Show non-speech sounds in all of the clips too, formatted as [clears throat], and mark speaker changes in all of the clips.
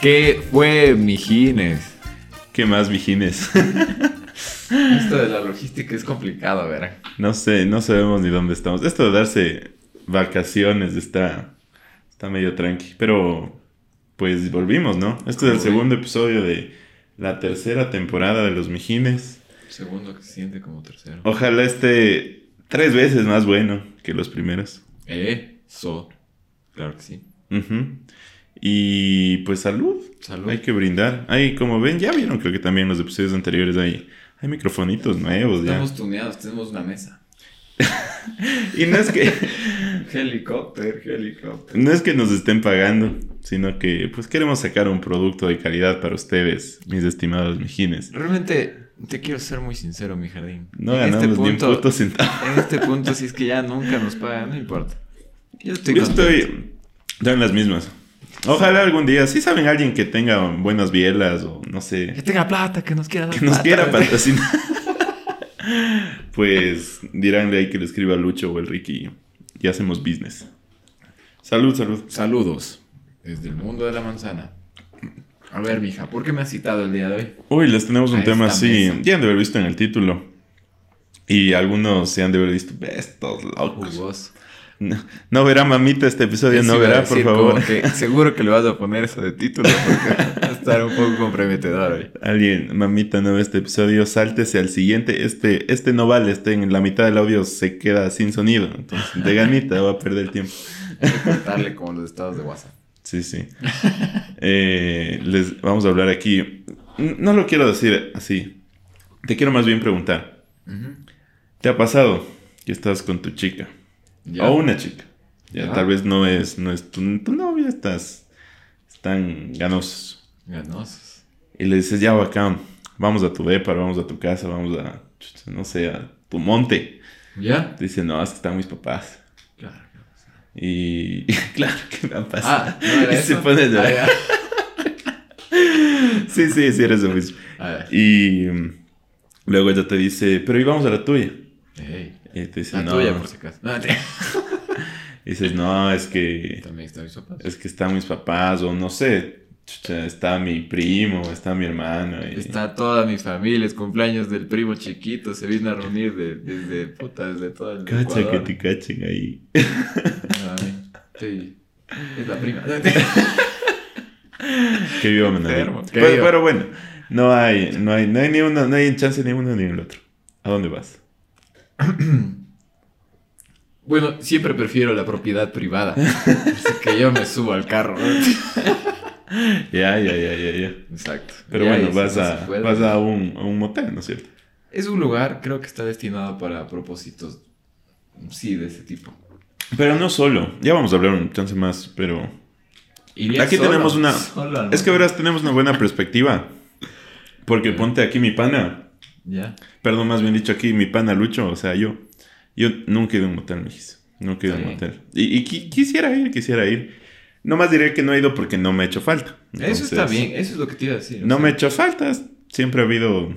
Speaker 1: ¿Qué fue, mijines?
Speaker 2: ¿Qué más, mijines?
Speaker 1: Esto de la logística es complicado, ¿verdad?
Speaker 2: [laughs] no sé, no sabemos ni dónde estamos. Esto de darse vacaciones está, está medio tranqui. Pero, pues volvimos, ¿no? Este es el
Speaker 1: Uy.
Speaker 2: segundo episodio de la tercera temporada de Los Mijines.
Speaker 1: Segundo que se siente como tercero.
Speaker 2: Ojalá esté tres veces más bueno que los primeros.
Speaker 1: Eh, so. Claro que sí.
Speaker 2: Ujú. Y pues salud.
Speaker 1: Salud.
Speaker 2: Hay que brindar. Ahí, como ven, ya vieron, creo que también en los episodios anteriores hay, hay microfonitos nuevos ya.
Speaker 1: Estamos tuneados, tenemos una mesa.
Speaker 2: Y no es que.
Speaker 1: Helicóptero, helicóptero.
Speaker 2: No es que nos estén pagando, sino que pues queremos sacar un producto de calidad para ustedes, mis estimados mijines.
Speaker 1: Realmente te quiero ser muy sincero, mi jardín.
Speaker 2: No
Speaker 1: En
Speaker 2: ganamos
Speaker 1: este
Speaker 2: ni un
Speaker 1: punto,
Speaker 2: puto centavo.
Speaker 1: En este punto, si es que ya nunca nos pagan, no importa. Yo estoy
Speaker 2: Yo
Speaker 1: contento.
Speaker 2: estoy, estoy en las mismas. Ojalá algún día, si saben alguien que tenga buenas bielas o no
Speaker 1: Que
Speaker 2: sé,
Speaker 1: tenga plata, que nos quiera dar
Speaker 2: que nos
Speaker 1: plata,
Speaker 2: quiera
Speaker 1: ¿verdad?
Speaker 2: patrocinar, pues diránle ahí que le escriba a Lucho o el Ricky y hacemos business. Salud, salud.
Speaker 1: Saludos desde el mundo de la manzana. A ver, mija, ¿por qué me has citado el día de hoy?
Speaker 2: Uy, les tenemos un
Speaker 1: A
Speaker 2: tema
Speaker 1: esta
Speaker 2: así.
Speaker 1: mesa.
Speaker 2: Ya han de haber visto en el título. Y algunos se han de haber visto. "Ve, Estos locos.
Speaker 1: Jugos.
Speaker 2: No, no verá mamita este episodio,
Speaker 1: Eso
Speaker 2: no
Speaker 1: iba a
Speaker 2: verá, por
Speaker 1: decir,
Speaker 2: favor.
Speaker 1: como que seguro que le vas a poner eso de título porque va a estar un poco comprometedor hoy.
Speaker 2: [laughs] Alguien, mamita, no ve este episodio, sáltese al siguiente. Este, este no vale, este en la mitad del audio se queda sin sonido. Entonces, de ganita va a perder tiempo.
Speaker 1: Hay que cortarle como los estados de WhatsApp.
Speaker 2: Sí, sí. Eh, les vamos a hablar aquí. N- No lo quiero decir así. Te quiero más bien preguntar. ¿Te ha pasado que estás con tu chica?
Speaker 1: Ya.
Speaker 2: O una chica. Ya,
Speaker 1: Ya.
Speaker 2: tal vez no es, no es tu, tu novia, estás, están ganosos.
Speaker 1: Ganosos.
Speaker 2: Y le dices, ya bacán, vamos a tu depa, vamos a tu casa, vamos a, chuta, no sé, a tu monte.
Speaker 1: ¿Ya?
Speaker 2: Dice, no, es que están mis papás.
Speaker 1: Claro.
Speaker 2: Y [laughs] claro que me han pasado.
Speaker 1: Ah, ¿no era
Speaker 2: [laughs] y se
Speaker 1: eso?
Speaker 2: pone a llorar.
Speaker 1: Ah,
Speaker 2: Sí, sí, sí, eres lo mismo.
Speaker 1: ya. A ver.
Speaker 2: Y mm, luego ella te dice, pero íbamos a la tuya.
Speaker 1: Ey,
Speaker 2: Y te dice,
Speaker 1: la
Speaker 2: no.
Speaker 1: tuya, pues. por si acaso. Ah, No, te-
Speaker 2: Y dices, no, es que
Speaker 1: También está mis papás.
Speaker 2: es que están mis papás, o no sé, chucha, está mi primo, está mi hermano. y-
Speaker 1: Está toda mi familia, es cumpleaños del primo chiquito, se vino a reunir de- desde puta, desde todo el
Speaker 2: Cacha que
Speaker 1: Ecuador.
Speaker 2: te cachen ahí.
Speaker 1: Ay, sí, es la
Speaker 2: [laughs]
Speaker 1: prima.
Speaker 2: Que viva Manabí.
Speaker 1: Enfermo, que
Speaker 2: Pero,
Speaker 1: viva.
Speaker 2: pero bueno, no hay, no hay, no hay ni uno, no hay chance ni uno ni el otro. ¿A dónde vas?
Speaker 1: Bueno, siempre prefiero la propiedad privada, así que yo me subo al carro.
Speaker 2: Ya, ya, ya, ya, ya.
Speaker 1: Exacto.
Speaker 2: Pero
Speaker 1: Ya, y
Speaker 2: bueno,
Speaker 1: si
Speaker 2: vas
Speaker 1: no
Speaker 2: a,
Speaker 1: se puede-
Speaker 2: vas a un, a un motel, ¿no es cierto?
Speaker 1: Es un lugar, creo que está destinado para propósitos, sí, de ese tipo.
Speaker 2: Pero no solo. Ya vamos a hablar un chance más, pero...
Speaker 1: Iría
Speaker 2: Aquí
Speaker 1: solo,
Speaker 2: tenemos una-
Speaker 1: solo al-
Speaker 2: Es que verás, tenemos una buena perspectiva. Porque ponte aquí mi pana.
Speaker 1: Ya.
Speaker 2: Perdón, más bien dicho aquí mi pana Lucho. O sea, yo... Yo nunca he ido a un motel, mijis. Nunca he ido a un
Speaker 1: Sí.
Speaker 2: motel. Y, y qui- quisiera ir, quisiera ir. Nomás diré que no he ido porque no me ha hecho falta.
Speaker 1: Eso está
Speaker 2: Entonces,
Speaker 1: bien, eso es lo que te iba a decir. o
Speaker 2: No
Speaker 1: sea,
Speaker 2: me ha hecho faltas. Siempre ha habido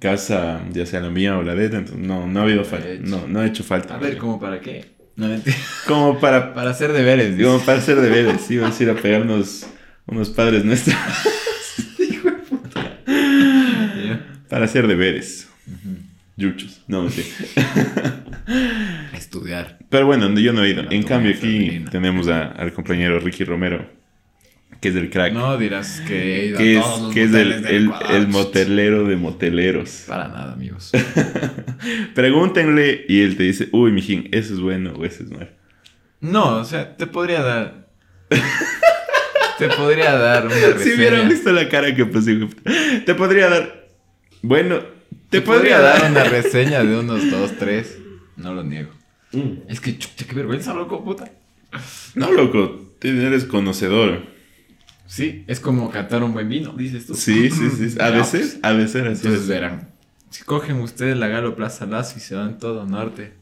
Speaker 2: casa, ya sea la mía o la de ella, entonces no, no ha habido falta.
Speaker 1: hecho.
Speaker 2: No, no ha hecho falta.
Speaker 1: A ver, ¿cómo para qué? No,
Speaker 2: [laughs]
Speaker 1: mentira.
Speaker 2: Como para,
Speaker 1: Para hacer deberes, digo.
Speaker 2: como para hacer deberes, sí, vamos a ir a pegarnos unos padres nuestros [laughs] para hacer deberes. Yuchos, no sé.
Speaker 1: Estudiar.
Speaker 2: Pero bueno, yo no he ido. En
Speaker 1: Anatomía
Speaker 2: cambio, aquí
Speaker 1: femenina.
Speaker 2: tenemos a- al compañero Ricky Romero, que es el crack.
Speaker 1: No dirás que he ido a
Speaker 2: Que es,
Speaker 1: todos los
Speaker 2: que es
Speaker 1: moteles
Speaker 2: el,
Speaker 1: del
Speaker 2: el,
Speaker 1: Ecuador.
Speaker 2: el motelero de moteleros.
Speaker 1: Para nada, amigos.
Speaker 2: Pregúntenle y él te dice, uy, mijín, eso es bueno o eso es malo.
Speaker 1: No, o sea, te podría dar. te podría [laughs] dar una reseña.
Speaker 2: Si hubieran visto la cara que puse, hijo de puta. te podría dar. Bueno,
Speaker 1: Te podría dar una reseña de unos dos, tres. No lo niego.
Speaker 2: Mm.
Speaker 1: Es que chucha, qué vergüenza, loco, puta.
Speaker 2: No, loco, te- eres conocedor.
Speaker 1: Sí, es como cantar un buen vino, dices tú.
Speaker 2: Sí, sí, sí. A
Speaker 1: Ya,
Speaker 2: veces, a veces así
Speaker 1: Entonces
Speaker 2: es.
Speaker 1: verán. Si cogen ustedes la Galo Plaza Lazo y se dan todo norte.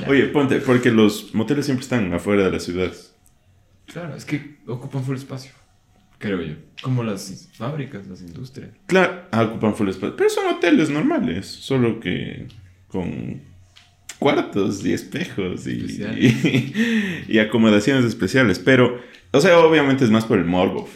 Speaker 1: Ya.
Speaker 2: Oye, ponte, porque los moteles siempre están afuera de las ciudades.
Speaker 1: Claro, es que ocupan full espacio, creo yo. Como las fábricas, las industrias.
Speaker 2: Claro, ah, ocupan full espacio. Pero son hoteles normales, solo que con cuartos y espejos y,
Speaker 1: Especiales.
Speaker 2: [laughs] y, y acomodaciones especiales. Pero, o sea, obviamente es más por el morbo.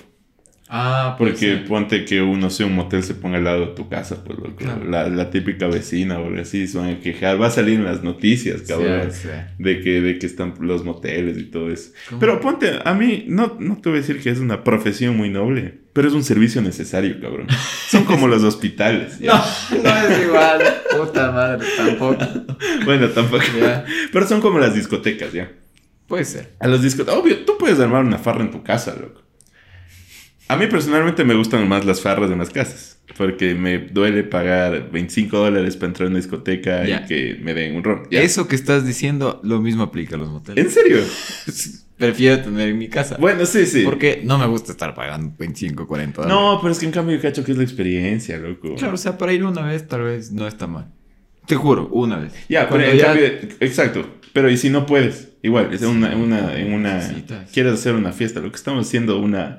Speaker 1: Ah, puede
Speaker 2: Porque
Speaker 1: ser.
Speaker 2: ponte que uno sea un motel se ponga al lado de tu casa, pues loco.
Speaker 1: Claro.
Speaker 2: La, la típica vecina o algo así, se van a quejar. Va a salir en las noticias, cabrón.
Speaker 1: Sí, sí.
Speaker 2: De que, de que están los moteles y todo eso.
Speaker 1: ¿Cómo?
Speaker 2: Pero ponte, a mí, no, no te voy a decir que es una profesión muy noble, pero es un servicio
Speaker 1: [laughs]
Speaker 2: necesario, cabrón. Son como los hospitales.
Speaker 1: No,
Speaker 2: ¿ya?
Speaker 1: [laughs] no es igual. Puta madre, tampoco.
Speaker 2: Bueno, tampoco.
Speaker 1: [laughs] Ya.
Speaker 2: Pero son como las discotecas, ¿ya?
Speaker 1: Puede ser.
Speaker 2: A los discotecas. Obvio, tú puedes armar una farra en tu casa, loco. A mí personalmente me gustan más las farras de las casas, porque me duele pagar 25 dólares para entrar a una discoteca
Speaker 1: Ya.
Speaker 2: y que me den un ron. ¿ya?
Speaker 1: Eso que estás diciendo, lo mismo aplica a los moteles.
Speaker 2: ¿En serio?
Speaker 1: Prefiero tener en mi casa.
Speaker 2: Bueno, sí, sí.
Speaker 1: Porque no me gusta estar pagando 25, 40 dólares.
Speaker 2: No, pero es que en cambio yo cacho que es la experiencia, loco.
Speaker 1: Claro, o sea, para ir una vez tal vez no está mal. Te juro, una vez.
Speaker 2: Ya, pero
Speaker 1: Cuando
Speaker 2: en cambio- exacto. Pero y si no puedes, igual, es una, en una, en una
Speaker 1: Necesitas.
Speaker 2: quieres hacer una fiesta, lo que estamos haciendo una,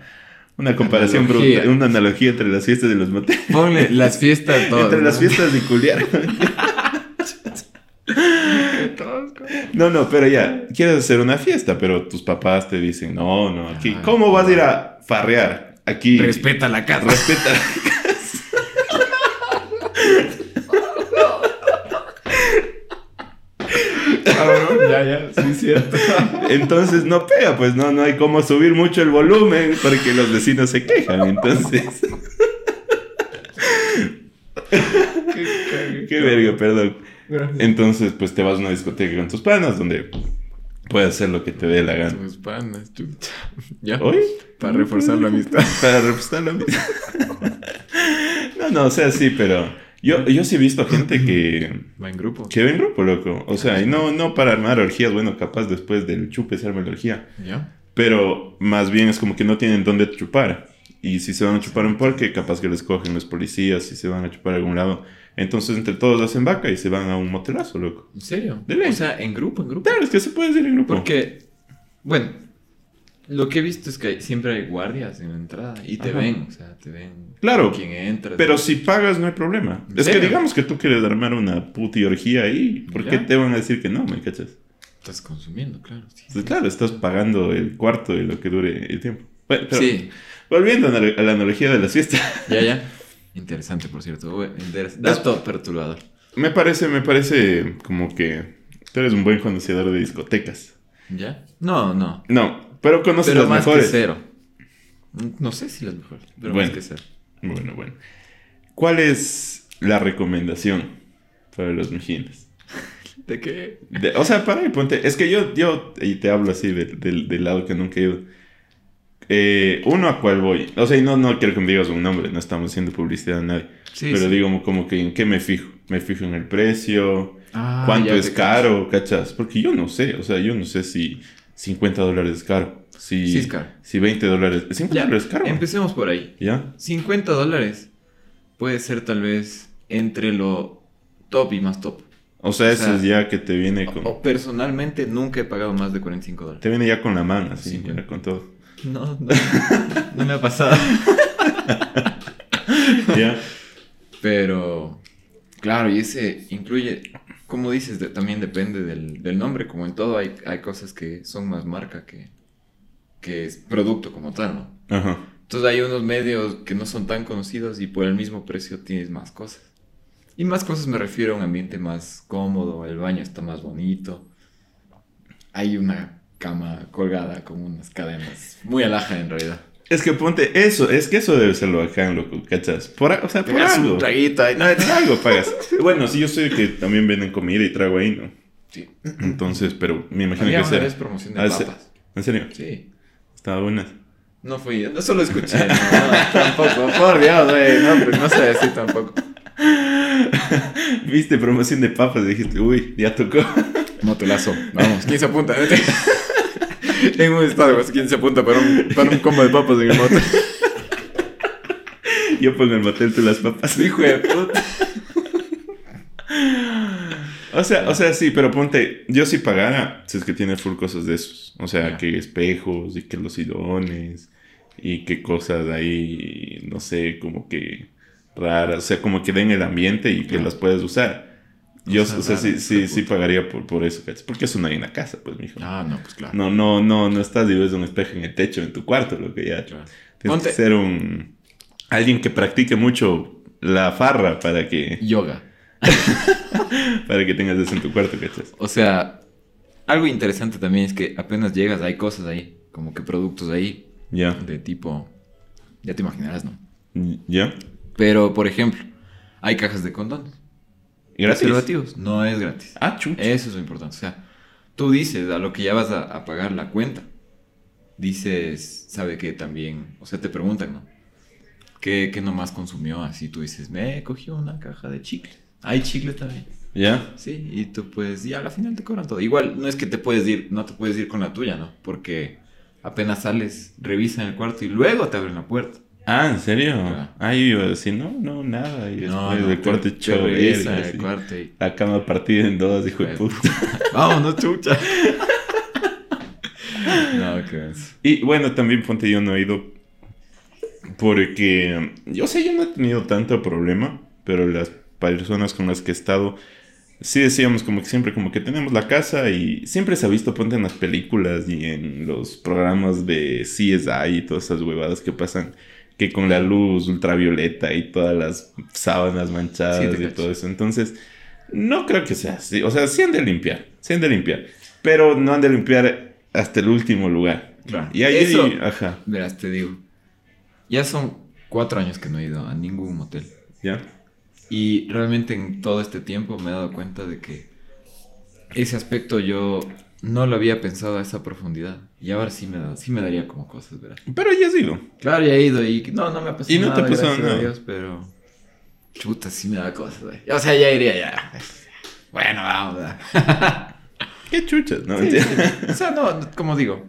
Speaker 2: una comparación
Speaker 1: Analogía.
Speaker 2: brutal, una analogía entre las fiestas de los moteles,
Speaker 1: Ponle las
Speaker 2: [laughs]
Speaker 1: fiestas todas.
Speaker 2: entre las
Speaker 1: ¿no?
Speaker 2: fiestas
Speaker 1: [laughs]
Speaker 2: de culiar. No, no, pero ya, quieres hacer una fiesta, pero tus papás te dicen, no, no, aquí,
Speaker 1: Ajá.
Speaker 2: ¿cómo vas a ir a farrear? Aquí.
Speaker 1: Respeta la casa.
Speaker 2: [laughs] Respeta.
Speaker 1: ya, ya, sí, cierto.
Speaker 2: Entonces no pega, pues no, no hay cómo subir mucho el volumen porque los vecinos se quejan. Entonces, [laughs] [laughs] qué verga, perdón. Entonces, pues te vas a una discoteca con tus panas donde puedes hacer lo que te dé la gana.
Speaker 1: Tus panas, chucha. Ya.
Speaker 2: ¿Hoy?
Speaker 1: Para reforzar la amistad.
Speaker 2: [laughs] Para reforzar la amistad. [laughs] No, no, o sea, sí, pero yo, yo sí he visto gente que,
Speaker 1: Va en grupo.
Speaker 2: que va en grupo, loco. O sea, y no, no para armar orgías, bueno, capaz después del chupe se arma la orgía.
Speaker 1: ¿Ya?
Speaker 2: Pero más bien es como que no tienen dónde chupar. Y si se van a chupar un parque, capaz que les cogen los policías, si se van a chupar a algún lado. Entonces entre todos hacen vaca y se van a un motelazo, loco.
Speaker 1: ¿En serio?
Speaker 2: De ley.
Speaker 1: O sea, en grupo, en grupo.
Speaker 2: Claro, es que se puede decir en grupo.
Speaker 1: Porque, bueno, lo que he visto es que hay- siempre hay guardias en la entrada y te
Speaker 2: Ajá.
Speaker 1: ven, o sea, te ven.
Speaker 2: Claro.
Speaker 1: Quién entra.
Speaker 2: Pero si pagas no hay problema.
Speaker 1: ¿En
Speaker 2: Es que
Speaker 1: serio?
Speaker 2: digamos que tú quieres armar una puti orgía ahí. ¿Por qué
Speaker 1: Ya.
Speaker 2: te van a decir que no, me cachas?
Speaker 1: Estás consumiendo, claro. Sí.
Speaker 2: Entonces, claro, estás pagando el cuarto de lo que dure el tiempo. Bueno, pero
Speaker 1: Sí,
Speaker 2: volviendo a la, a la analogía de las fiestas.
Speaker 1: ya, ya. Interesante, por cierto. Bueno, interes- Dato perturbador.
Speaker 2: Me parece, me parece como que tú eres un buen conocedor de discotecas.
Speaker 1: ¿Ya? No, no.
Speaker 2: No, pero conoce
Speaker 1: pero
Speaker 2: las
Speaker 1: más
Speaker 2: mejores.
Speaker 1: que cero. No sé si las mejores, pero
Speaker 2: Bueno.
Speaker 1: más que cero.
Speaker 2: Bueno, bueno. ¿Cuál es la recomendación para los mejines?
Speaker 1: ¿De qué?
Speaker 2: De- o sea, para mí, ponte. Es que yo, yo y te hablo así del, del- del lado que nunca he ido. Eh, uno a cuál voy. O sea, y no, no quiero que me digas un nombre, no estamos haciendo publicidad a nadie.
Speaker 1: Sí,
Speaker 2: pero
Speaker 1: sí.
Speaker 2: digo como, como que en qué me fijo. Me fijo en el precio,
Speaker 1: Ah,
Speaker 2: cuánto
Speaker 1: ya
Speaker 2: es
Speaker 1: te
Speaker 2: caro, ¿cachas? Porque yo no sé, o sea, yo no sé si 50 dólares es caro. Si,
Speaker 1: Sí es caro.
Speaker 2: Si 20 dólares.
Speaker 1: cacho.
Speaker 2: 50
Speaker 1: Ya,
Speaker 2: dólares es caro.
Speaker 1: empecemos por ahí.
Speaker 2: ¿Ya?
Speaker 1: 50 dólares puede ser tal vez entre lo top y más top.
Speaker 2: O sea,
Speaker 1: O
Speaker 2: eso
Speaker 1: sea, oh,
Speaker 2: es ya que te viene con.
Speaker 1: O personalmente nunca he pagado más de 45 dólares.
Speaker 2: Te viene ya con la mano, así,
Speaker 1: Sí,
Speaker 2: ya
Speaker 1: güey.
Speaker 2: con todo.
Speaker 1: No, [laughs] no, no me ha pasado. [laughs]
Speaker 2: Ya.
Speaker 1: Pero, claro, y ese incluye, como dices, de- también depende del, del nombre. Como en todo, hay, hay cosas que son más marca que, que es producto como tal, ¿no?
Speaker 2: Ajá.
Speaker 1: Entonces hay unos medios que no son tan conocidos y por el mismo precio tienes más cosas. Y más cosas me refiero a un ambiente más cómodo, el baño está más bonito. Hay una cama colgada con unas cadenas. Muy alhaja en realidad.
Speaker 2: Es que ponte eso, es que eso debe ser lo bacán, loco, ¿cachas? Por, a- o sea, por
Speaker 1: Pegas
Speaker 2: algo.
Speaker 1: un traguito ahí, no,
Speaker 2: Por algo
Speaker 1: [laughs]
Speaker 2: pagas. Bueno, sí, yo sé que también venden comida y trago ahí, ¿no?
Speaker 1: Sí.
Speaker 2: Entonces, pero me imagino
Speaker 1: Había
Speaker 2: que
Speaker 1: una
Speaker 2: Ah, será.
Speaker 1: vez promoción de
Speaker 2: ha de ser-
Speaker 1: papas.
Speaker 2: En serio,
Speaker 1: Sí.
Speaker 2: estaba buena. [laughs]
Speaker 1: No fui, no solo escuché. No, no, tampoco, por Dios, güey, No, pues no sé decir tampoco.
Speaker 2: Viste promoción de papas y dijiste, uy, ya tocó.
Speaker 1: Motelazo, [laughs] vamos. ¿Quién se apunta? en un estado, pues, ¿quién se apunta para un, para un combo de papas en el [laughs] motel?
Speaker 2: Yo pongo el motel, tú las papas.
Speaker 1: Hijo de puta.
Speaker 2: O O sea, o sea, sí, pero ponte, yo si pagara, si es que tiene full cosas de esos. O sea,
Speaker 1: Ya.
Speaker 2: que espejos y que los idones y que cosas ahí, no sé, como que raras. O sea, como que den el ambiente y que
Speaker 1: Claro.
Speaker 2: las puedas usar. Yo, o
Speaker 1: Cosas
Speaker 2: sea, sí,
Speaker 1: raras,
Speaker 2: sí,
Speaker 1: hijo
Speaker 2: sí
Speaker 1: de puta.
Speaker 2: pagaría por, por eso, ¿cachas? Porque eso no hay en la casa, pues, mijo.
Speaker 1: Ah, no, pues claro.
Speaker 2: No, no, no, no estás y ves un espejo en el techo, en tu cuarto, lo que ya.
Speaker 1: Claro.
Speaker 2: Tienes
Speaker 1: Ponte-
Speaker 2: que ser un. Alguien que practique mucho la farra para que,
Speaker 1: Yoga.
Speaker 2: para que tengas eso en tu cuarto, ¿cachas?
Speaker 1: O sea, algo interesante también es que apenas llegas hay cosas ahí, como que productos ahí,
Speaker 2: Ya.
Speaker 1: de tipo, ya te imaginarás, ¿no?
Speaker 2: ¿Ya?
Speaker 1: Pero, por ejemplo, hay cajas de condones.
Speaker 2: Gracias.
Speaker 1: Preservativos. No es gratis.
Speaker 2: Ah, chucha.
Speaker 1: Eso es lo importante. O sea, tú dices a lo que ya vas a, a pagar la cuenta. Dices, sabe que también, o sea, te preguntan, ¿no? ¿Qué, qué nomás consumió? Así tú dices, me cogí una caja de chicles. Hay chicles también.
Speaker 2: ¿Ya?
Speaker 1: Sí, y tú pues, y a la final te cobran todo. Igual, no es que te puedes ir, no te puedes ir con la tuya, ¿no? Porque apenas sales, revisan el cuarto y luego te abren la puerta.
Speaker 2: Ah, ¿en serio?
Speaker 1: Claro.
Speaker 2: Ah, yo iba a decir, no, no, nada. Y después
Speaker 1: No, no,
Speaker 2: el
Speaker 1: te-
Speaker 2: cuarto
Speaker 1: te
Speaker 2: hecho
Speaker 1: revisan
Speaker 2: verga,
Speaker 1: el
Speaker 2: así.
Speaker 1: cuarto y...
Speaker 2: La cama partida en dos, hijo de
Speaker 1: Pues.
Speaker 2: puta.
Speaker 1: [laughs] Vámonos, chucha. [laughs] no, qué es.
Speaker 2: Y bueno, también ponte yo no he ido. Porque yo sé, yo no he tenido tanto problema, pero las personas con las que he estado, sí decíamos como que siempre, como que tenemos la casa y siempre se ha visto, ponte en las películas y en los programas de CSI y todas esas huevadas que pasan, que con la luz ultravioleta y todas las sábanas
Speaker 1: Sí,
Speaker 2: manchadas
Speaker 1: te
Speaker 2: y
Speaker 1: cacho.
Speaker 2: todo eso. Entonces, no creo que sea así. O sea, sí han de limpiar, sí han de limpiar, pero no han de limpiar hasta el último lugar.
Speaker 1: Claro.
Speaker 2: Y ahí,
Speaker 1: Eso-
Speaker 2: ajá,
Speaker 1: Verás, te digo. Ya son cuatro años que no he ido a ningún motel.
Speaker 2: ya.
Speaker 1: Y realmente en todo este tiempo me he dado cuenta de que ese aspecto yo no lo había pensado a esa profundidad. Y ahora sí me, da, sí me daría como cosas, verás.
Speaker 2: Pero ya has ido.
Speaker 1: Claro, ya he ido y no, no me ha pasado
Speaker 2: Y no te
Speaker 1: nada,
Speaker 2: ha pasado
Speaker 1: gracias a
Speaker 2: nada.
Speaker 1: Dios, pero... Chuta, sí me da cosas, güey. O sea, ya iría ya. Bueno, vamos. ¿verdad?
Speaker 2: Qué chuchas, ¿no?
Speaker 1: Sí,
Speaker 2: [laughs]
Speaker 1: sí. O sea, no, no, como digo.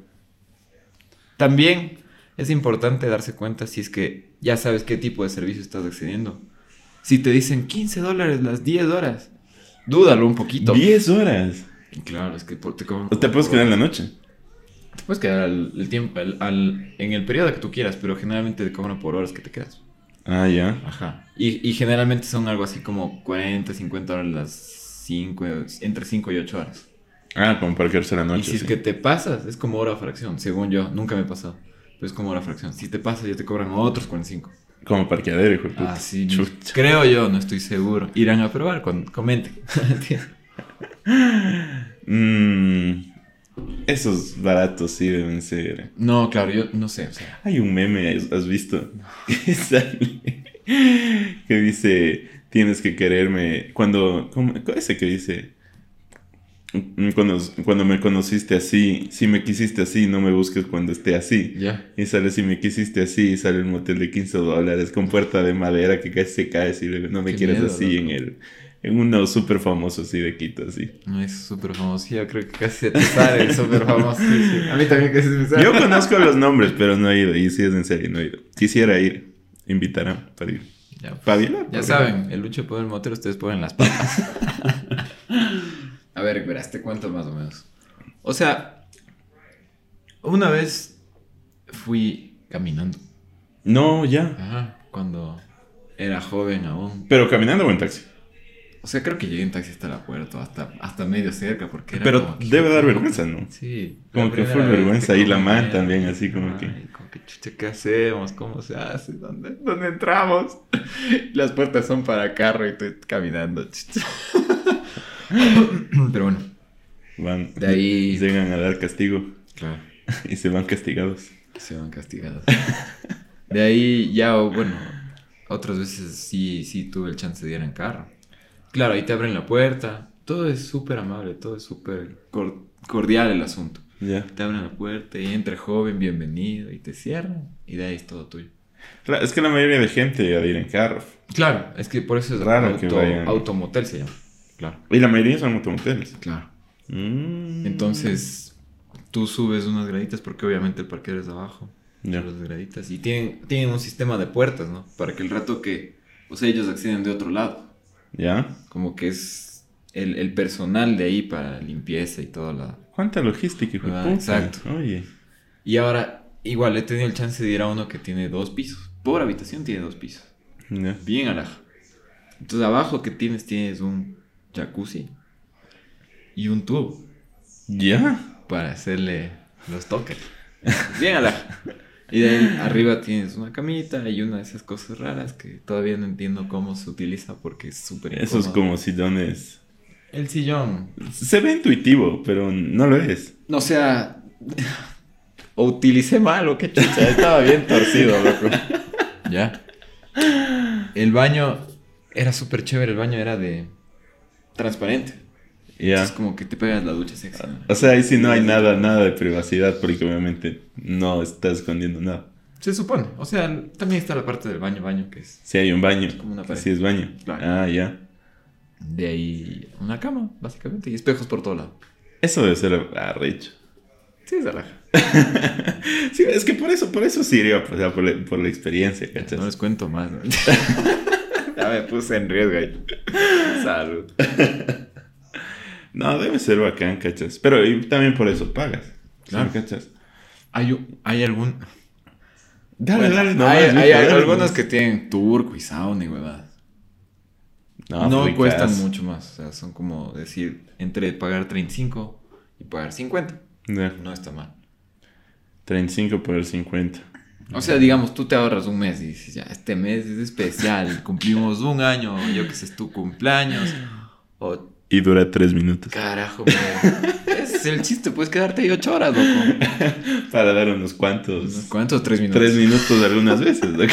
Speaker 1: También es importante darse cuenta si es que ya sabes qué tipo de servicio estás accediendo. Si te dicen 15 dólares las 10 horas, dúdalo un poquito.
Speaker 2: 10 horas.
Speaker 1: Y Claro, es que por- te cobran
Speaker 2: O te
Speaker 1: como
Speaker 2: puedes
Speaker 1: por-
Speaker 2: quedar en la noche.
Speaker 1: Te puedes quedar al, el tiempo, al- al- en el periodo que tú quieras, pero generalmente te cobran por horas que te quedas.
Speaker 2: Ah, ya.
Speaker 1: Ajá. Y, y generalmente son algo así como 40, 50 horas las 5, entre 5 y 8 horas.
Speaker 2: Ah, como para quedarse la noche.
Speaker 1: Y si es
Speaker 2: sí.
Speaker 1: que te pasas, es como hora fracción, según yo, nunca me he pasado. Pero es como hora fracción. Si te pasas, ya te cobran otros 45.
Speaker 2: Como parqueadero, hijo de puta.
Speaker 1: Así
Speaker 2: Chucha.
Speaker 1: Pues creo yo, no estoy seguro. Irán a probar, con, [laughs] comenten.
Speaker 2: Mm, esos baratos sí deben ser.
Speaker 1: no, claro, yo no sé. O sea,
Speaker 2: Hay un meme, ¿has has visto? [laughs] Que sale. Que dice, tienes que quererme. Cuando... ¿cómo? Ese que dice... "Mm, Cuando, cuando me conociste así, si me quisiste así, no me busques cuando esté así.
Speaker 1: ya.
Speaker 2: Y sale si me quisiste así, y sale un motel de 15 dólares con puerta de madera que casi se cae si no me
Speaker 1: Qué
Speaker 2: quieres
Speaker 1: miedo,
Speaker 2: así
Speaker 1: loco.
Speaker 2: en el... En uno súper famoso así de Quito, así.
Speaker 1: [laughs] No es súper famoso. Yo creo que casi se te sale [laughs] el súper famoso. Sí, sí. A mí también casi se me sale.
Speaker 2: Yo conozco los nombres, pero no he ido. Y sí es en serio, no he ido. Quisiera ir. Invitarán para ir.
Speaker 1: Ya, pues.
Speaker 2: Pavilar.
Speaker 1: Ya saben, el Lucho pone el motor, ustedes ponen las papas. [laughs] A ver, verás, te cuento más o menos. O sea, una vez fui caminando.
Speaker 2: No, ya.
Speaker 1: Ajá, cuando era joven aún.
Speaker 2: Pero caminando o en taxi.
Speaker 1: O sea, creo que llegué en taxi hasta la puerta, hasta, hasta medio cerca, porque era
Speaker 2: Pero
Speaker 1: como que-
Speaker 2: debe dar vergüenza, ¿no?
Speaker 1: Sí.
Speaker 2: Como
Speaker 1: la
Speaker 2: que
Speaker 1: primera
Speaker 2: full
Speaker 1: vez
Speaker 2: vergüenza
Speaker 1: que
Speaker 2: ahí la
Speaker 1: comía.
Speaker 2: man también, así como
Speaker 1: Ajá,
Speaker 2: que-
Speaker 1: y Como que, chucha, ¿qué hacemos? ¿Cómo se hace? ¿Dónde, dónde entramos? [laughs] Las puertas son para carro y tú caminando, [laughs] chucha. Pero bueno,
Speaker 2: Van.
Speaker 1: de ahí...
Speaker 2: Llegan a dar castigo [laughs]
Speaker 1: Claro,
Speaker 2: y se van castigados.
Speaker 1: se van castigados. De ahí ya, o bueno, otras veces sí, sí tuve el chance de ir en carro. Claro, ahí te abren la puerta. Todo es súper amable, todo es súper cor- cordial el asunto.
Speaker 2: Ya.
Speaker 1: Te abren la puerta y entra joven, bienvenido, y te cierran, y de ahí es todo tuyo.
Speaker 2: Claro, Es que la mayoría de gente ha de ir en carro.
Speaker 1: Claro, es que por eso es
Speaker 2: Raro que
Speaker 1: auto,
Speaker 2: vayan.
Speaker 1: automotel se llama. Claro.
Speaker 2: Y la mayoría son automoteles.
Speaker 1: Claro.
Speaker 2: Mm.
Speaker 1: Entonces, tú subes unas graditas porque obviamente el parqueo es de abajo.
Speaker 2: Ya.
Speaker 1: Las graditas. Y tienen, tienen un sistema de puertas, ¿no? Para que el rato que. O sea, ellos acceden de otro lado.
Speaker 2: ¿Ya?
Speaker 1: Como que es el, el personal de ahí para limpieza y todo lo...
Speaker 2: ¿Cuánta logística, hijo de
Speaker 1: Ah,
Speaker 2: puta?
Speaker 1: exacto.
Speaker 2: Oye,
Speaker 1: Y ahora, igual, he tenido el chance de ir a uno que tiene dos pisos. Por habitación tiene dos pisos.
Speaker 2: ya.
Speaker 1: Bien alhaja. Entonces abajo que tienes, tienes un jacuzzi y un tubo
Speaker 2: ¿Ya?
Speaker 1: para hacerle los toques. Bien alhaja. [laughs] Y de ahí arriba tienes una camita y una de esas cosas raras que todavía no entiendo cómo se utiliza porque es súper
Speaker 2: Esos
Speaker 1: incómodo.
Speaker 2: como sillones.
Speaker 1: El sillón.
Speaker 2: Se ve intuitivo, pero no lo es.
Speaker 1: No, o sea, o utilicé mal o qué chucha, estaba bien torcido, loco. Ya. El baño era súper chévere, el baño era de transparente.
Speaker 2: Ya.
Speaker 1: Es como que te pegas la ducha sexy. ¿no?
Speaker 2: O sea, ahí sí no hay nada, nada de privacidad, porque obviamente no está escondiendo nada.
Speaker 1: Se supone, o sea, también está la parte del baño, baño que es
Speaker 2: Sí hay un baño.
Speaker 1: como una
Speaker 2: Sí
Speaker 1: pared.
Speaker 2: es baño.
Speaker 1: Claro.
Speaker 2: Ah, ya.
Speaker 1: De ahí una cama, básicamente, y espejos por todo lado.
Speaker 2: Eso debe ser arrecho.
Speaker 1: Sí, es relaja.
Speaker 2: Sí, es que por eso, por eso sirvió, o sea, por, la- por la experiencia, ¿cachas?
Speaker 1: No les cuento más. ¿no? [laughs] ya me puse en riesgo
Speaker 2: [laughs]
Speaker 1: ahí. Salud.
Speaker 2: No, debe ser bacán, ¿cachas? Pero y también por eso pagas.
Speaker 1: Claro.
Speaker 2: Claro. ¿Cachas?
Speaker 1: ¿Hay, un- hay algún,
Speaker 2: Dale,
Speaker 1: Bueno,
Speaker 2: dale, nomás,
Speaker 1: hay,
Speaker 2: Vito,
Speaker 1: hay
Speaker 2: dale,
Speaker 1: algunos
Speaker 2: nomás.
Speaker 1: que tienen turco y sauna y huevadas. No, pues,
Speaker 2: ricas.
Speaker 1: cuestan mucho más. O sea, son como decir, entre pagar 35 y pagar 50.
Speaker 2: Ya,
Speaker 1: No está mal.
Speaker 2: 35 por el 50.
Speaker 1: O sea, digamos, tú te ahorras un mes y dices, ya, este mes es especial. [laughs] Cumplimos un año, yo que sé, es tu cumpleaños. O
Speaker 2: Y dura 3 minutos.
Speaker 1: carajo,
Speaker 2: [laughs]
Speaker 1: me- Ese es el chiste, puedes quedarte ahí 8 horas, loco.
Speaker 2: Para dar unos cuantos.
Speaker 1: ¿Cuántos? 3 minutos.
Speaker 2: 3 minutos algunas veces. ¿no?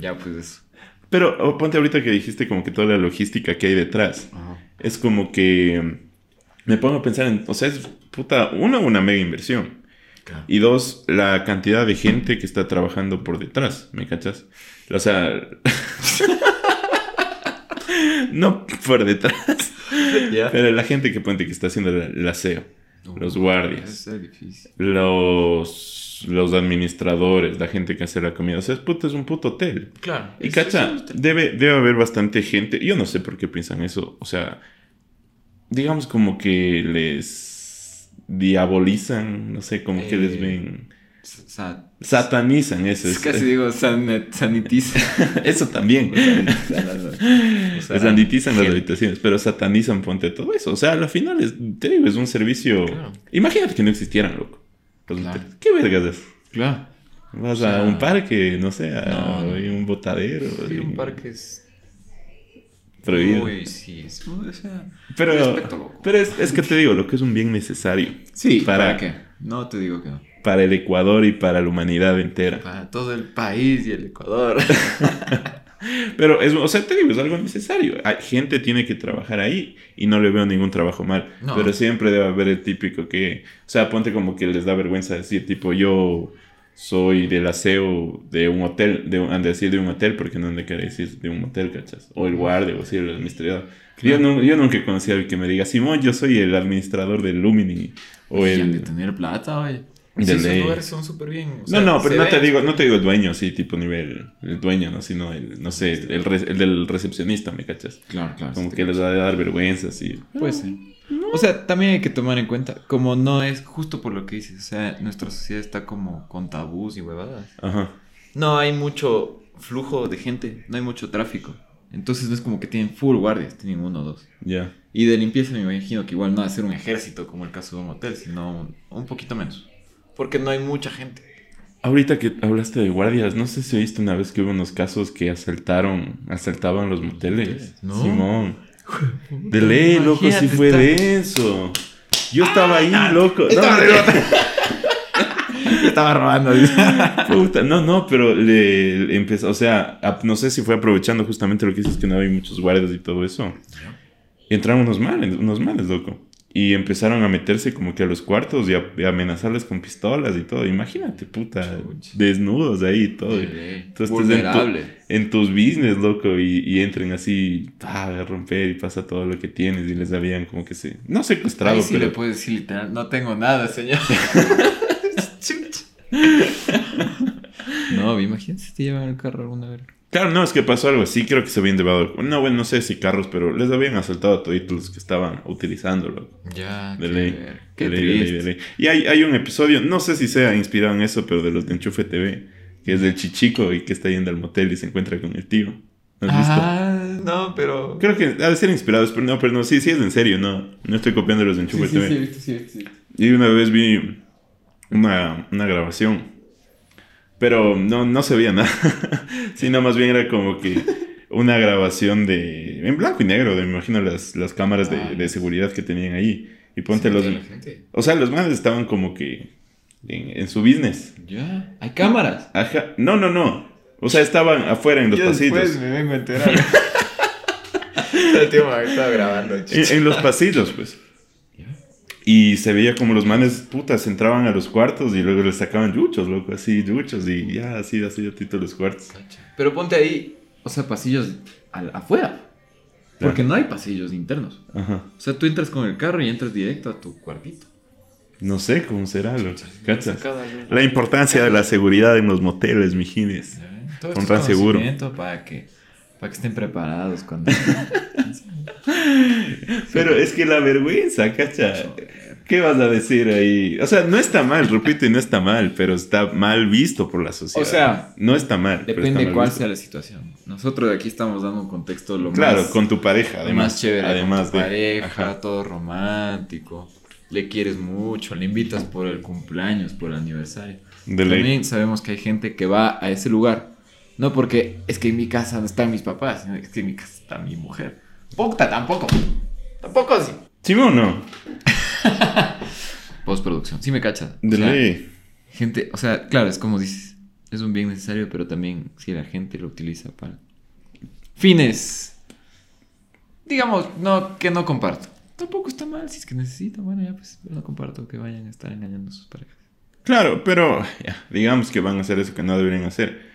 Speaker 1: [clears throat]
Speaker 2: [laughs]
Speaker 1: ya, pues eso.
Speaker 2: Pero oh, ponte ahorita que dijiste como que toda la logística que hay detrás.
Speaker 1: Ajá.
Speaker 2: es como que mm, me pongo a pensar en, o sea, es puta, uno, una mega inversión.
Speaker 1: Claro.
Speaker 2: Y dos, la cantidad de gente que está trabajando por detrás, ¿me cachas? O sea... [laughs] no por detrás, pero la gente que ponte que está haciendo la- el aseo, los guardias,
Speaker 1: Eso es difícil.
Speaker 2: los, los administradores, la gente que hace la comida. O sea, es, puta, es un puto hotel.
Speaker 1: Claro.
Speaker 2: Y
Speaker 1: es-
Speaker 2: cacha,
Speaker 1: es-
Speaker 2: debe, debe haber bastante gente. Yo no sé por qué piensan eso. O sea, digamos como que les diabolizan, no sé, como que
Speaker 1: Eh,
Speaker 2: les ven.
Speaker 1: es- o sea,
Speaker 2: Satanizan eso.
Speaker 1: Es
Speaker 2: es-
Speaker 1: casi digo san- sanitiza.
Speaker 2: [laughs] Eso
Speaker 1: O
Speaker 2: también.
Speaker 1: [laughs] sea,
Speaker 2: Sanitizan las
Speaker 1: gel.
Speaker 2: habitaciones, pero satanizan ponte todo eso. O sea, al final es, te digo, es un servicio.
Speaker 1: Claro.
Speaker 2: Imagínate que no existieran, loco. Los
Speaker 1: Claro.
Speaker 2: hoteles. ¿Qué vergas es?
Speaker 1: Claro.
Speaker 2: Vas
Speaker 1: O sea,
Speaker 2: a un parque, no sé, a
Speaker 1: no, no.
Speaker 2: hay un botadero.
Speaker 1: Sí,
Speaker 2: hay
Speaker 1: un parque es.
Speaker 2: Prohibido.
Speaker 1: Uy, sí. es- o sea, respeto,
Speaker 2: Pero,
Speaker 1: loco.
Speaker 2: pero es, es que te digo, lo que es un bien necesario.
Speaker 1: sí, ¿para?
Speaker 2: para-
Speaker 1: qué? No te digo que no.
Speaker 2: Para el Ecuador y para la humanidad entera.
Speaker 1: Para todo el país y el Ecuador.
Speaker 2: Pero, es, o sea, te digo, es algo necesario. Hay, gente tiene que trabajar ahí y no le veo ningún trabajo mal.
Speaker 1: No.
Speaker 2: Pero siempre debe haber el típico que, o sea, ponte como que les da vergüenza decir, tipo, yo soy del aseo de un hotel, de un, han de decir de un hotel, porque no han de querer decir de un hotel, ¿cachas? O el guardia, o así, el administrador. Yo, no, yo nunca conocí a alguien que me diga, Simón, yo soy el administrador del Lumini. [laughs] O
Speaker 1: Y han
Speaker 2: el...
Speaker 1: de tener plata, oye.
Speaker 2: De
Speaker 1: sí, esos
Speaker 2: ley.
Speaker 1: lugares son súper bien. o
Speaker 2: No,
Speaker 1: sea,
Speaker 2: no, pero
Speaker 1: se
Speaker 2: no
Speaker 1: ve.
Speaker 2: te digo, no te digo el dueño, sí, tipo nivel, el dueño, no, sino el, no sé, el, re- el del recepcionista, ¿me cachas?
Speaker 1: Claro, claro.
Speaker 2: Como
Speaker 1: sí
Speaker 2: que
Speaker 1: te-
Speaker 2: les va a dar vergüenza, sí.
Speaker 1: Puede ser. O sea, también hay que tomar en cuenta, como no es justo por lo que dices, o sea, nuestra sociedad está como con tabús y huevadas.
Speaker 2: Ajá.
Speaker 1: No hay mucho flujo de gente, no hay mucho tráfico. Entonces no es como que tienen full guardias, tienen uno o dos.
Speaker 2: Ya.
Speaker 1: Y de limpieza me imagino que igual no va a ser un ejército como el caso de un hotel, sino un, un poquito menos. Porque no hay mucha gente.
Speaker 2: Ahorita que hablaste de guardias, no sé si oíste una vez que hubo unos casos que asaltaron, asaltaban los moteles.
Speaker 1: moteles, ¿no?
Speaker 2: Simón. De ley, loco, sí
Speaker 1: Imagínate,
Speaker 2: fue
Speaker 1: está-
Speaker 2: denso. Yo estaba ahí, loco. No, no,
Speaker 1: [laughs] Estaba robando.
Speaker 2: Puta, no, no, pero le, le empezó, o sea, ap- no sé si fue aprovechando justamente lo que dices que no había muchos guardias y todo eso. Entraron unos males, unos males, loco. Y empezaron a meterse como que a los cuartos y a, y a amenazarles con pistolas y todo. Imagínate, puta,
Speaker 1: Chuch.
Speaker 2: desnudos ahí y todo. Tú estás en tu-
Speaker 1: Vulnerable.
Speaker 2: En tus business, loco, y, y entren así ah, a romper y pasa todo lo que tienes y les habían como que se... No secuestrado,
Speaker 1: Ahí sí
Speaker 2: pero...
Speaker 1: le puedes decir literal, no tengo nada, [laughs] señor. Chucha. no, imagínate si te llevan el carro alguna vez.
Speaker 2: Claro, no, es que pasó algo así, creo que se habían llevado. No, bueno, no sé si carros, pero les habían asaltado a toditos los que estaban utilizándolo.
Speaker 1: Ya,
Speaker 2: De
Speaker 1: qué
Speaker 2: ley.
Speaker 1: ver.
Speaker 2: De
Speaker 1: Qué
Speaker 2: ley, de ley,
Speaker 1: triste.
Speaker 2: de ley. Y hay, hay un episodio, no sé si sea inspirado en eso, pero de los de Enchufe TV, que es del chichico y que está yendo al motel y se encuentra con el tío. ¿No has visto?
Speaker 1: Ah, no, pero.
Speaker 2: Creo que ha de ser inspirado, pero no, pero no, sí, sí es en serio, no, no estoy copiando los de Enchufe
Speaker 1: Sí, sí,
Speaker 2: TV.
Speaker 1: sí, he visto, sí, he visto, sí. he visto.
Speaker 2: Y una vez vi una, una grabación, pero no, no se veía nada, [laughs] sino más bien era como que una grabación de, en blanco y negro, de, me imagino las, las cámaras de,
Speaker 1: Ah.
Speaker 2: de seguridad que tenían ahí. Y ponte
Speaker 1: Sí,
Speaker 2: los...
Speaker 1: la gente.
Speaker 2: O sea, los manes estaban como que en, en su business.
Speaker 1: Ya, hay cámaras.
Speaker 2: Ajá. No, no, no. O sea, estaban afuera en los
Speaker 1: Yo
Speaker 2: pasillos.
Speaker 1: me vengo a enterar.
Speaker 2: [laughs]
Speaker 1: El tío me estaba grabando,
Speaker 2: En, en los pasillos, pues.
Speaker 1: Ya.
Speaker 2: Y se veía como los manes putas entraban a los cuartos y luego les sacaban yuchos, loco, así, yuchos y ya, así, así, a tito los cuartos.
Speaker 1: Cacha. Pero ponte ahí, o sea, pasillos al- afuera. Porque no hay pasillos internos.
Speaker 2: Ajá.
Speaker 1: O sea, tú entras con el carro y entras directo a tu cuartito.
Speaker 2: No sé cómo será, loco. ¿Cachas?
Speaker 1: Sacada luz.
Speaker 2: La importancia de la seguridad en los moteles, mijines.
Speaker 1: ¿Eh? Todo
Speaker 2: Con
Speaker 1: esto es
Speaker 2: tan seguro.
Speaker 1: conocimiento Para que, para que estén preparados
Speaker 2: [laughs]
Speaker 1: cuando...
Speaker 2: Pero es que la vergüenza, cacha. ¿Qué vas a decir ahí? O sea, no está mal, repito, y no está mal, pero está mal visto por la sociedad.
Speaker 1: O sea,
Speaker 2: no está mal. pero está
Speaker 1: Depende
Speaker 2: mal
Speaker 1: cuál
Speaker 2: visto.
Speaker 1: sea la situación. Nosotros aquí estamos dando un contexto lo
Speaker 2: Claro,
Speaker 1: más...
Speaker 2: con tu pareja,
Speaker 1: lo
Speaker 2: además.
Speaker 1: más chévere. con
Speaker 2: además
Speaker 1: tu
Speaker 2: de
Speaker 1: pareja,
Speaker 2: ajá.
Speaker 1: todo romántico. Le quieres mucho, le invitas por el cumpleaños, por el aniversario.
Speaker 2: De ley.
Speaker 1: También sabemos que hay gente que va a ese lugar. No porque es que en mi casa no están mis papás, sino es que en mi casa está mi mujer. Puta, tampoco. Tampoco así.
Speaker 2: ¿Sí o no?
Speaker 1: Postproducción, sí me cachas. O
Speaker 2: De
Speaker 1: sea,
Speaker 2: ley.
Speaker 1: gente, o sea, claro, es como dices, es un bien necesario, pero también si la gente lo utiliza para fines, digamos, no, que no comparto. Tampoco está mal, si es que necesita, bueno, ya pues yo no comparto que vayan a estar engañando a sus parejas.
Speaker 2: Claro, pero ya, digamos que van a hacer eso que no deberían hacer.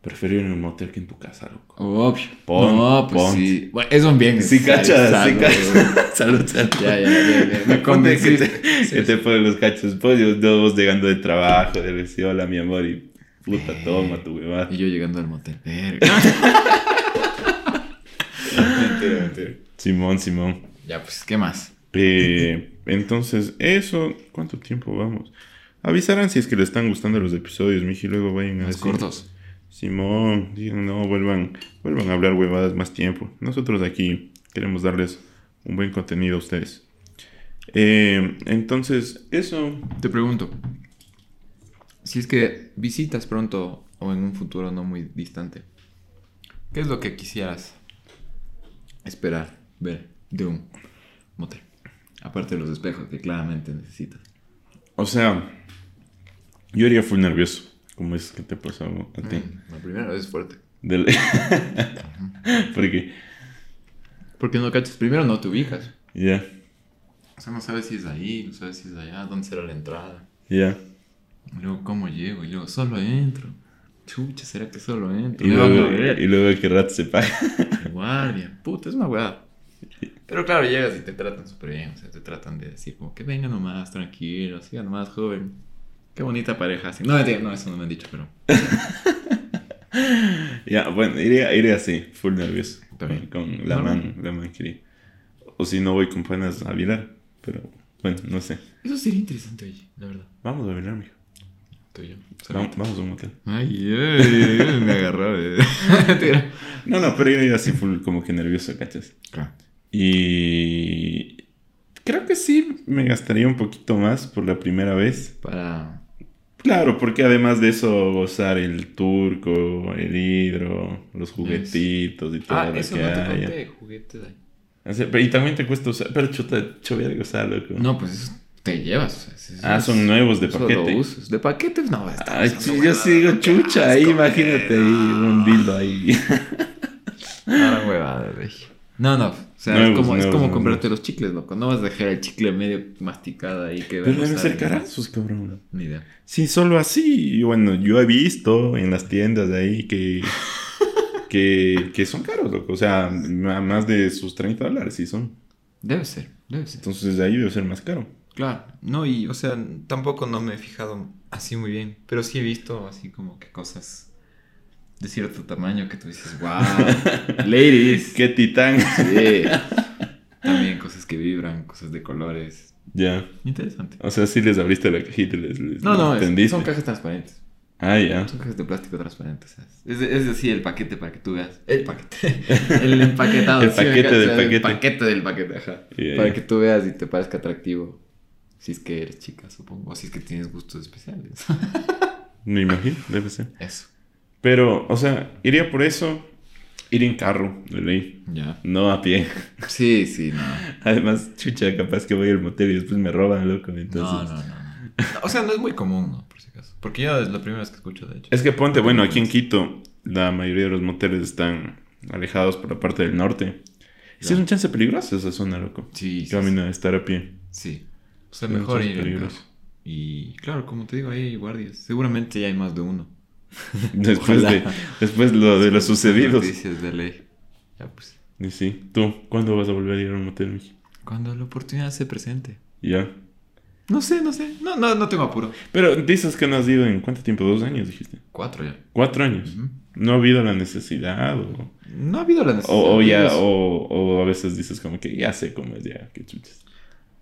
Speaker 2: Prefiero ir en un motel que en tu casa, loco.
Speaker 1: Obvio.
Speaker 2: Pon,
Speaker 1: no, pues
Speaker 2: pon.
Speaker 1: sí. Bueno, es un bien
Speaker 2: Sí,
Speaker 1: necesario.
Speaker 2: cachas, sí,
Speaker 1: salud.
Speaker 2: cachas. [laughs] Salud, salud.
Speaker 1: Ya, ya, ya, ya, me
Speaker 2: [laughs] Ponte que te,
Speaker 1: convenciste. Sí,
Speaker 2: que te ponen los cachos. Pues yo, yo vos llegando de trabajo, de decir hola, mi amor, y puta,
Speaker 1: Eh.
Speaker 2: toma tu
Speaker 1: [laughs]
Speaker 2: huevada.
Speaker 1: Y yo llegando al motel. Verga.
Speaker 2: [laughs]
Speaker 1: mentira, mentira.
Speaker 2: Simón, Simón.
Speaker 1: Ya, pues, ¿qué más?
Speaker 2: Eh, entonces, eso, ¿cuánto tiempo vamos? Avisarán si es que les están gustando los episodios, Miji, luego vayan a
Speaker 1: Los
Speaker 2: decir,
Speaker 1: cortos.
Speaker 2: Simón, digan, no, vuelvan, vuelvan a hablar huevadas más tiempo. Nosotros aquí queremos darles un buen contenido a ustedes. Eh, entonces, eso,
Speaker 1: Te pregunto, si es que visitas pronto o en un futuro no muy distante, ¿qué es lo que quisieras esperar ver de un motel? Aparte de los espejos que claramente necesitas.
Speaker 2: o sea, yo iría full nervioso, como es que te pasó a ti.
Speaker 1: Mm, La primera vez es fuerte.
Speaker 2: Del- [laughs] Porque,
Speaker 1: Porque no cachas, primero no te ubicas.
Speaker 2: ya,
Speaker 1: O sea, no sabes si es ahí, no sabes si es allá, dónde será la entrada.
Speaker 2: ya.
Speaker 1: Y luego cómo llego, y luego solo entro. Chucha, ¿será que solo entro? eh,
Speaker 2: Y
Speaker 1: Me van a
Speaker 2: luego,
Speaker 1: ver.
Speaker 2: y luego que rato se paga.
Speaker 1: Guardia, puta, es una weá. Pero claro, llegas y te tratan súper bien, o sea, te tratan de decir como que venga nomás, tranquilo, siga nomás, joven. Qué bonita pareja, así. No, mentira, no, eso no me han dicho, pero
Speaker 2: Ya, bueno, iría, iría así, full nervioso.
Speaker 1: Está bien.
Speaker 2: Con, con la
Speaker 1: Normal.
Speaker 2: man, la man que iría. O si no voy con panas a bailar, pero bueno, no sé.
Speaker 1: eso sería interesante, oye, la verdad.
Speaker 2: Vamos a bailar, mijo.
Speaker 1: Tú y yo.
Speaker 2: Vamos, vamos a un hotel.
Speaker 1: Ay, ay, ay, me agarró, eh. [laughs] Mentira.
Speaker 2: No, no, pero iría así full como que nervioso, cachas. Y creo que sí me gastaría un poquito más por la primera vez.
Speaker 1: Para.
Speaker 2: Claro, porque además de eso, gozar el turco, el hidro, los juguetitos y todo
Speaker 1: Ah,
Speaker 2: lo
Speaker 1: eso
Speaker 2: que
Speaker 1: no te
Speaker 2: haya.
Speaker 1: conté, juguetes ahí.
Speaker 2: O sea, pero- y también te cuesta usar. Pero chuta, chover gozar, loco.
Speaker 1: No, pues eso te llevas, o sea, eso es-
Speaker 2: Ah, son nuevos de
Speaker 1: eso
Speaker 2: paquete.
Speaker 1: lo usas. De paquete, no, está
Speaker 2: Ay, sí, yo sigo chucha ahí, imagínate ahí, un dildo ahí.
Speaker 1: Ah, huevada, güey. No, no. O sea, es
Speaker 2: Nuevos,
Speaker 1: como, es
Speaker 2: nuevos,
Speaker 1: como
Speaker 2: nuevos.
Speaker 1: comprarte los chicles, loco. No vas a dejar el chicle medio masticado ahí que
Speaker 2: Pero
Speaker 1: no
Speaker 2: deben
Speaker 1: sabe
Speaker 2: ser
Speaker 1: ni-
Speaker 2: carazos, cabrón.
Speaker 1: Ni idea.
Speaker 2: Sí, solo así. Y bueno, yo he visto en las tiendas de ahí
Speaker 1: [laughs]
Speaker 2: que, que, que son caros, loco. O sea, ma- más de sus 30 dólares, sí son.
Speaker 1: Debe ser, debe ser.
Speaker 2: Entonces de ahí debe ser más caro.
Speaker 1: Claro. No, y, o sea, tampoco no me he fijado así muy bien. Pero sí he visto así como que cosas de cierto tamaño que tú dices, [laughs] wow, ladies.
Speaker 2: ¡Qué titán! [laughs]
Speaker 1: Sí. También cosas que vibran, cosas de colores.
Speaker 2: ya.
Speaker 1: Interesante.
Speaker 2: O sea, sí les abriste la cajita y les, les-
Speaker 1: No,
Speaker 2: les
Speaker 1: no, es-
Speaker 2: tendiste.
Speaker 1: son cajas transparentes.
Speaker 2: Ah, ya.
Speaker 1: Son cajas de plástico transparente. o sea, es, es así el paquete para que tú veas. El paquete.
Speaker 2: [laughs]
Speaker 1: El empaquetado.
Speaker 2: El
Speaker 1: sí, me
Speaker 2: paquete
Speaker 1: encanta,
Speaker 2: del
Speaker 1: o sea,
Speaker 2: paquete.
Speaker 1: El paquete del paquete, ajá.
Speaker 2: Ya,
Speaker 1: Para
Speaker 2: ya.
Speaker 1: que tú veas y te parezca atractivo. Si es que eres chica, supongo. O si es que tienes gustos especiales. [laughs]
Speaker 2: Me imagino, debe ser.
Speaker 1: Eso.
Speaker 2: Pero, o sea, iría por eso, ir en carro, de ley.
Speaker 1: Ya.
Speaker 2: No a pie.
Speaker 1: Sí, sí, no.
Speaker 2: Además, chucha, capaz que voy al motel y después me roban, loco. Entonces...
Speaker 1: No, no, no. O sea, no es muy común, ¿no? Por si acaso. Porque yo es la primera vez que escucho, de hecho.
Speaker 2: Es que ponte, bueno, aquí en Quito, la mayoría de los moteles están alejados por la parte del norte. Y sí es
Speaker 1: Ya.
Speaker 2: un chance peligroso esa zona, loco.
Speaker 1: Sí, sí.
Speaker 2: Camino de estar a pie.
Speaker 1: Sí. O sea,
Speaker 2: Es
Speaker 1: mejor
Speaker 2: bastante
Speaker 1: ir en
Speaker 2: peligroso.
Speaker 1: carro. [laughs] Y claro, como te digo, ahí hay guardias. Seguramente ya hay más de uno.
Speaker 2: Después
Speaker 1: Ojalá.
Speaker 2: de, después lo, de lo sucedido.
Speaker 1: Noticias de ley. Ya pues.
Speaker 2: Y sí, tú, ¿cuándo vas a volver a ir a un motel, Miki?
Speaker 1: Cuando la oportunidad se presente.
Speaker 2: Ya.
Speaker 1: No sé, no sé. No, no, no tengo apuro.
Speaker 2: Pero dices que no has ido en cuánto tiempo, dos años, dijiste.
Speaker 1: Cuatro ya.
Speaker 2: Cuatro años.
Speaker 1: Ujú.
Speaker 2: No ha habido la necesidad o,
Speaker 1: No ha habido la necesidad.
Speaker 2: o, o ya,
Speaker 1: Dios.
Speaker 2: o, o a veces dices como que ya sé cómo es, ya, qué chuches.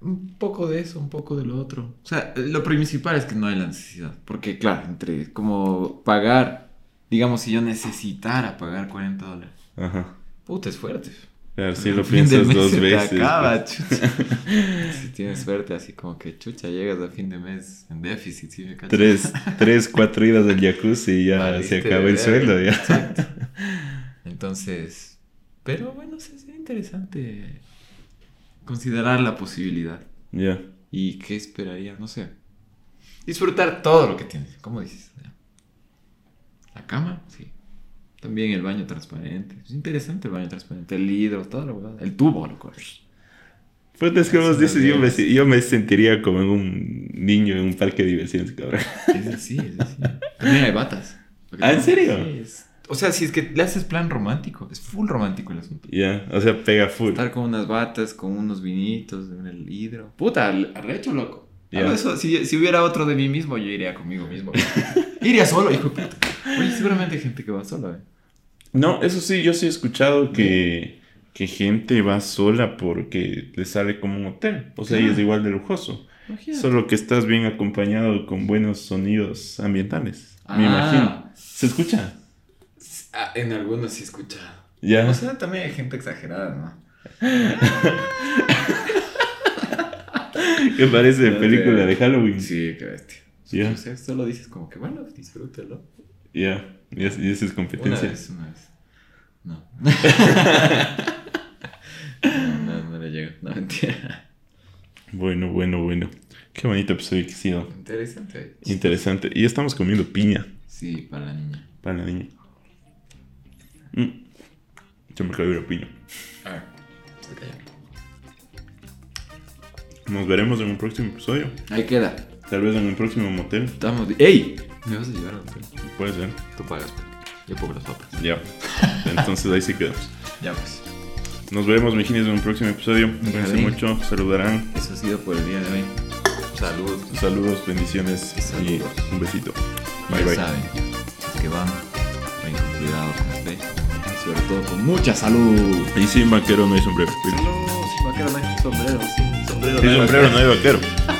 Speaker 1: Un poco de eso, un poco de lo otro. O sea, lo principal es que no hay la necesidad. Porque, claro, entre como pagar, digamos, si yo necesitara pagar 40 dólares.
Speaker 2: Ajá.
Speaker 1: Puta, es fuerte.
Speaker 2: Claro, si lo
Speaker 1: Al fin del
Speaker 2: piensas
Speaker 1: mes
Speaker 2: dos
Speaker 1: se te
Speaker 2: veces. pues, [laughs]
Speaker 1: acaba, chucha. si tienes suerte, así como que chucha, llegas a fin de mes en déficit, sí me
Speaker 2: pues,
Speaker 1: cachas.
Speaker 2: tres, tres, cuatro idas del jacuzzi y ya
Speaker 1: Valiste
Speaker 2: se acaba
Speaker 1: de
Speaker 2: el
Speaker 1: verga.
Speaker 2: sueldo, ya.
Speaker 1: Exacto. Entonces, pero bueno, sí, sería interesante considerar la posibilidad.
Speaker 2: Ya.
Speaker 1: ¿Y qué esperaría? No sé. Disfrutar todo lo que tienes. ¿Cómo dices? La cama, sí. También el baño transparente. Es interesante el baño transparente. El hidro, todo lo verdad. El tubo, loco.
Speaker 2: Pues es que
Speaker 1: Eso
Speaker 2: vos
Speaker 1: no
Speaker 2: dices, yo me,
Speaker 1: tienes.
Speaker 2: si- yo me sentiría como en un niño en un parque de diversiones, cabrón. [laughs]
Speaker 1: Es así, es así. También hay batas. Lo que
Speaker 2: ¿Ah, en
Speaker 1: tengo-
Speaker 2: serio?
Speaker 1: Sí, es- O sea, si es que le haces plan romántico, es full romántico el asunto.
Speaker 2: Ya, o sea, pega full.
Speaker 1: Estar con unas batas, con unos vinitos, en el hidro. Puta, al- arrecho, loco.
Speaker 2: Ya.
Speaker 1: Hablo de eso, si, si hubiera otro de mí mismo, yo iría conmigo mismo. [laughs] iría solo, hijo de puta. Oye, seguramente hay gente que va sola, ¿eh?
Speaker 2: No, eso sí, yo sí he escuchado que, que gente va sola porque le sale como un hotel. O sea, y es
Speaker 1: Claro.
Speaker 2: igual de lujoso.
Speaker 1: Imagínate.
Speaker 2: Solo que estás bien acompañado con buenos sonidos ambientales. Me
Speaker 1: Ah.
Speaker 2: imagino. ¿Se escucha?
Speaker 1: Ah, en algunos sí he escuchado.
Speaker 2: Ya.
Speaker 1: O
Speaker 2: [laughs]
Speaker 1: sea, también hay gente exagerada, ¿no?
Speaker 2: Que parece de
Speaker 1: no
Speaker 2: película
Speaker 1: sé.
Speaker 2: de Halloween.
Speaker 1: Sí, qué bestia.
Speaker 2: Ya.
Speaker 1: O sea, solo dices como que, bueno, disfrútalo.
Speaker 2: Ya. Y es- y esa es
Speaker 1: Una
Speaker 2: competencia.
Speaker 1: vez, una vez. No. [laughs] no, no, no le llego. No, mentira.
Speaker 2: Bueno, bueno, bueno. Qué bonito episodio que ha sido.
Speaker 1: Interesante.
Speaker 2: Interesante. Y estamos comiendo piña
Speaker 1: Sí, para la niña.
Speaker 2: para la niña. Mm. Se me cayó la piña.
Speaker 1: A ver. Se calla.
Speaker 2: Nos veremos en un próximo episodio.
Speaker 1: Ahí queda.
Speaker 2: Tal vez en un próximo motel.
Speaker 1: Estamos. de- ¡Ey! Me vas a llevar a hotel.
Speaker 2: Puede ser.
Speaker 1: Tú pagas, pues. Yo pongo las papas. [laughs]
Speaker 2: Ya. Entonces ahí sí quedamos.
Speaker 1: Ya, pues.
Speaker 2: Nos veremos, mijines, en un próximo episodio. Cuídense
Speaker 1: Ojalá.
Speaker 2: mucho. Saludarán.
Speaker 1: Eso ha sido por el día de hoy. Saludos.
Speaker 2: Saludos, bendiciones y
Speaker 1: Saludos.
Speaker 2: un besito.
Speaker 1: ya
Speaker 2: Bye bye.
Speaker 1: saben, es que van, vayan con cuidado con la fe. Y sobre todo con mucha salud.
Speaker 2: Y sin vaquero no hay sombrero.
Speaker 1: Saludos, vaquero, no hay sombrero. sí, sombrero.
Speaker 2: Sin
Speaker 1: no hay
Speaker 2: sombrero no hay vaquero.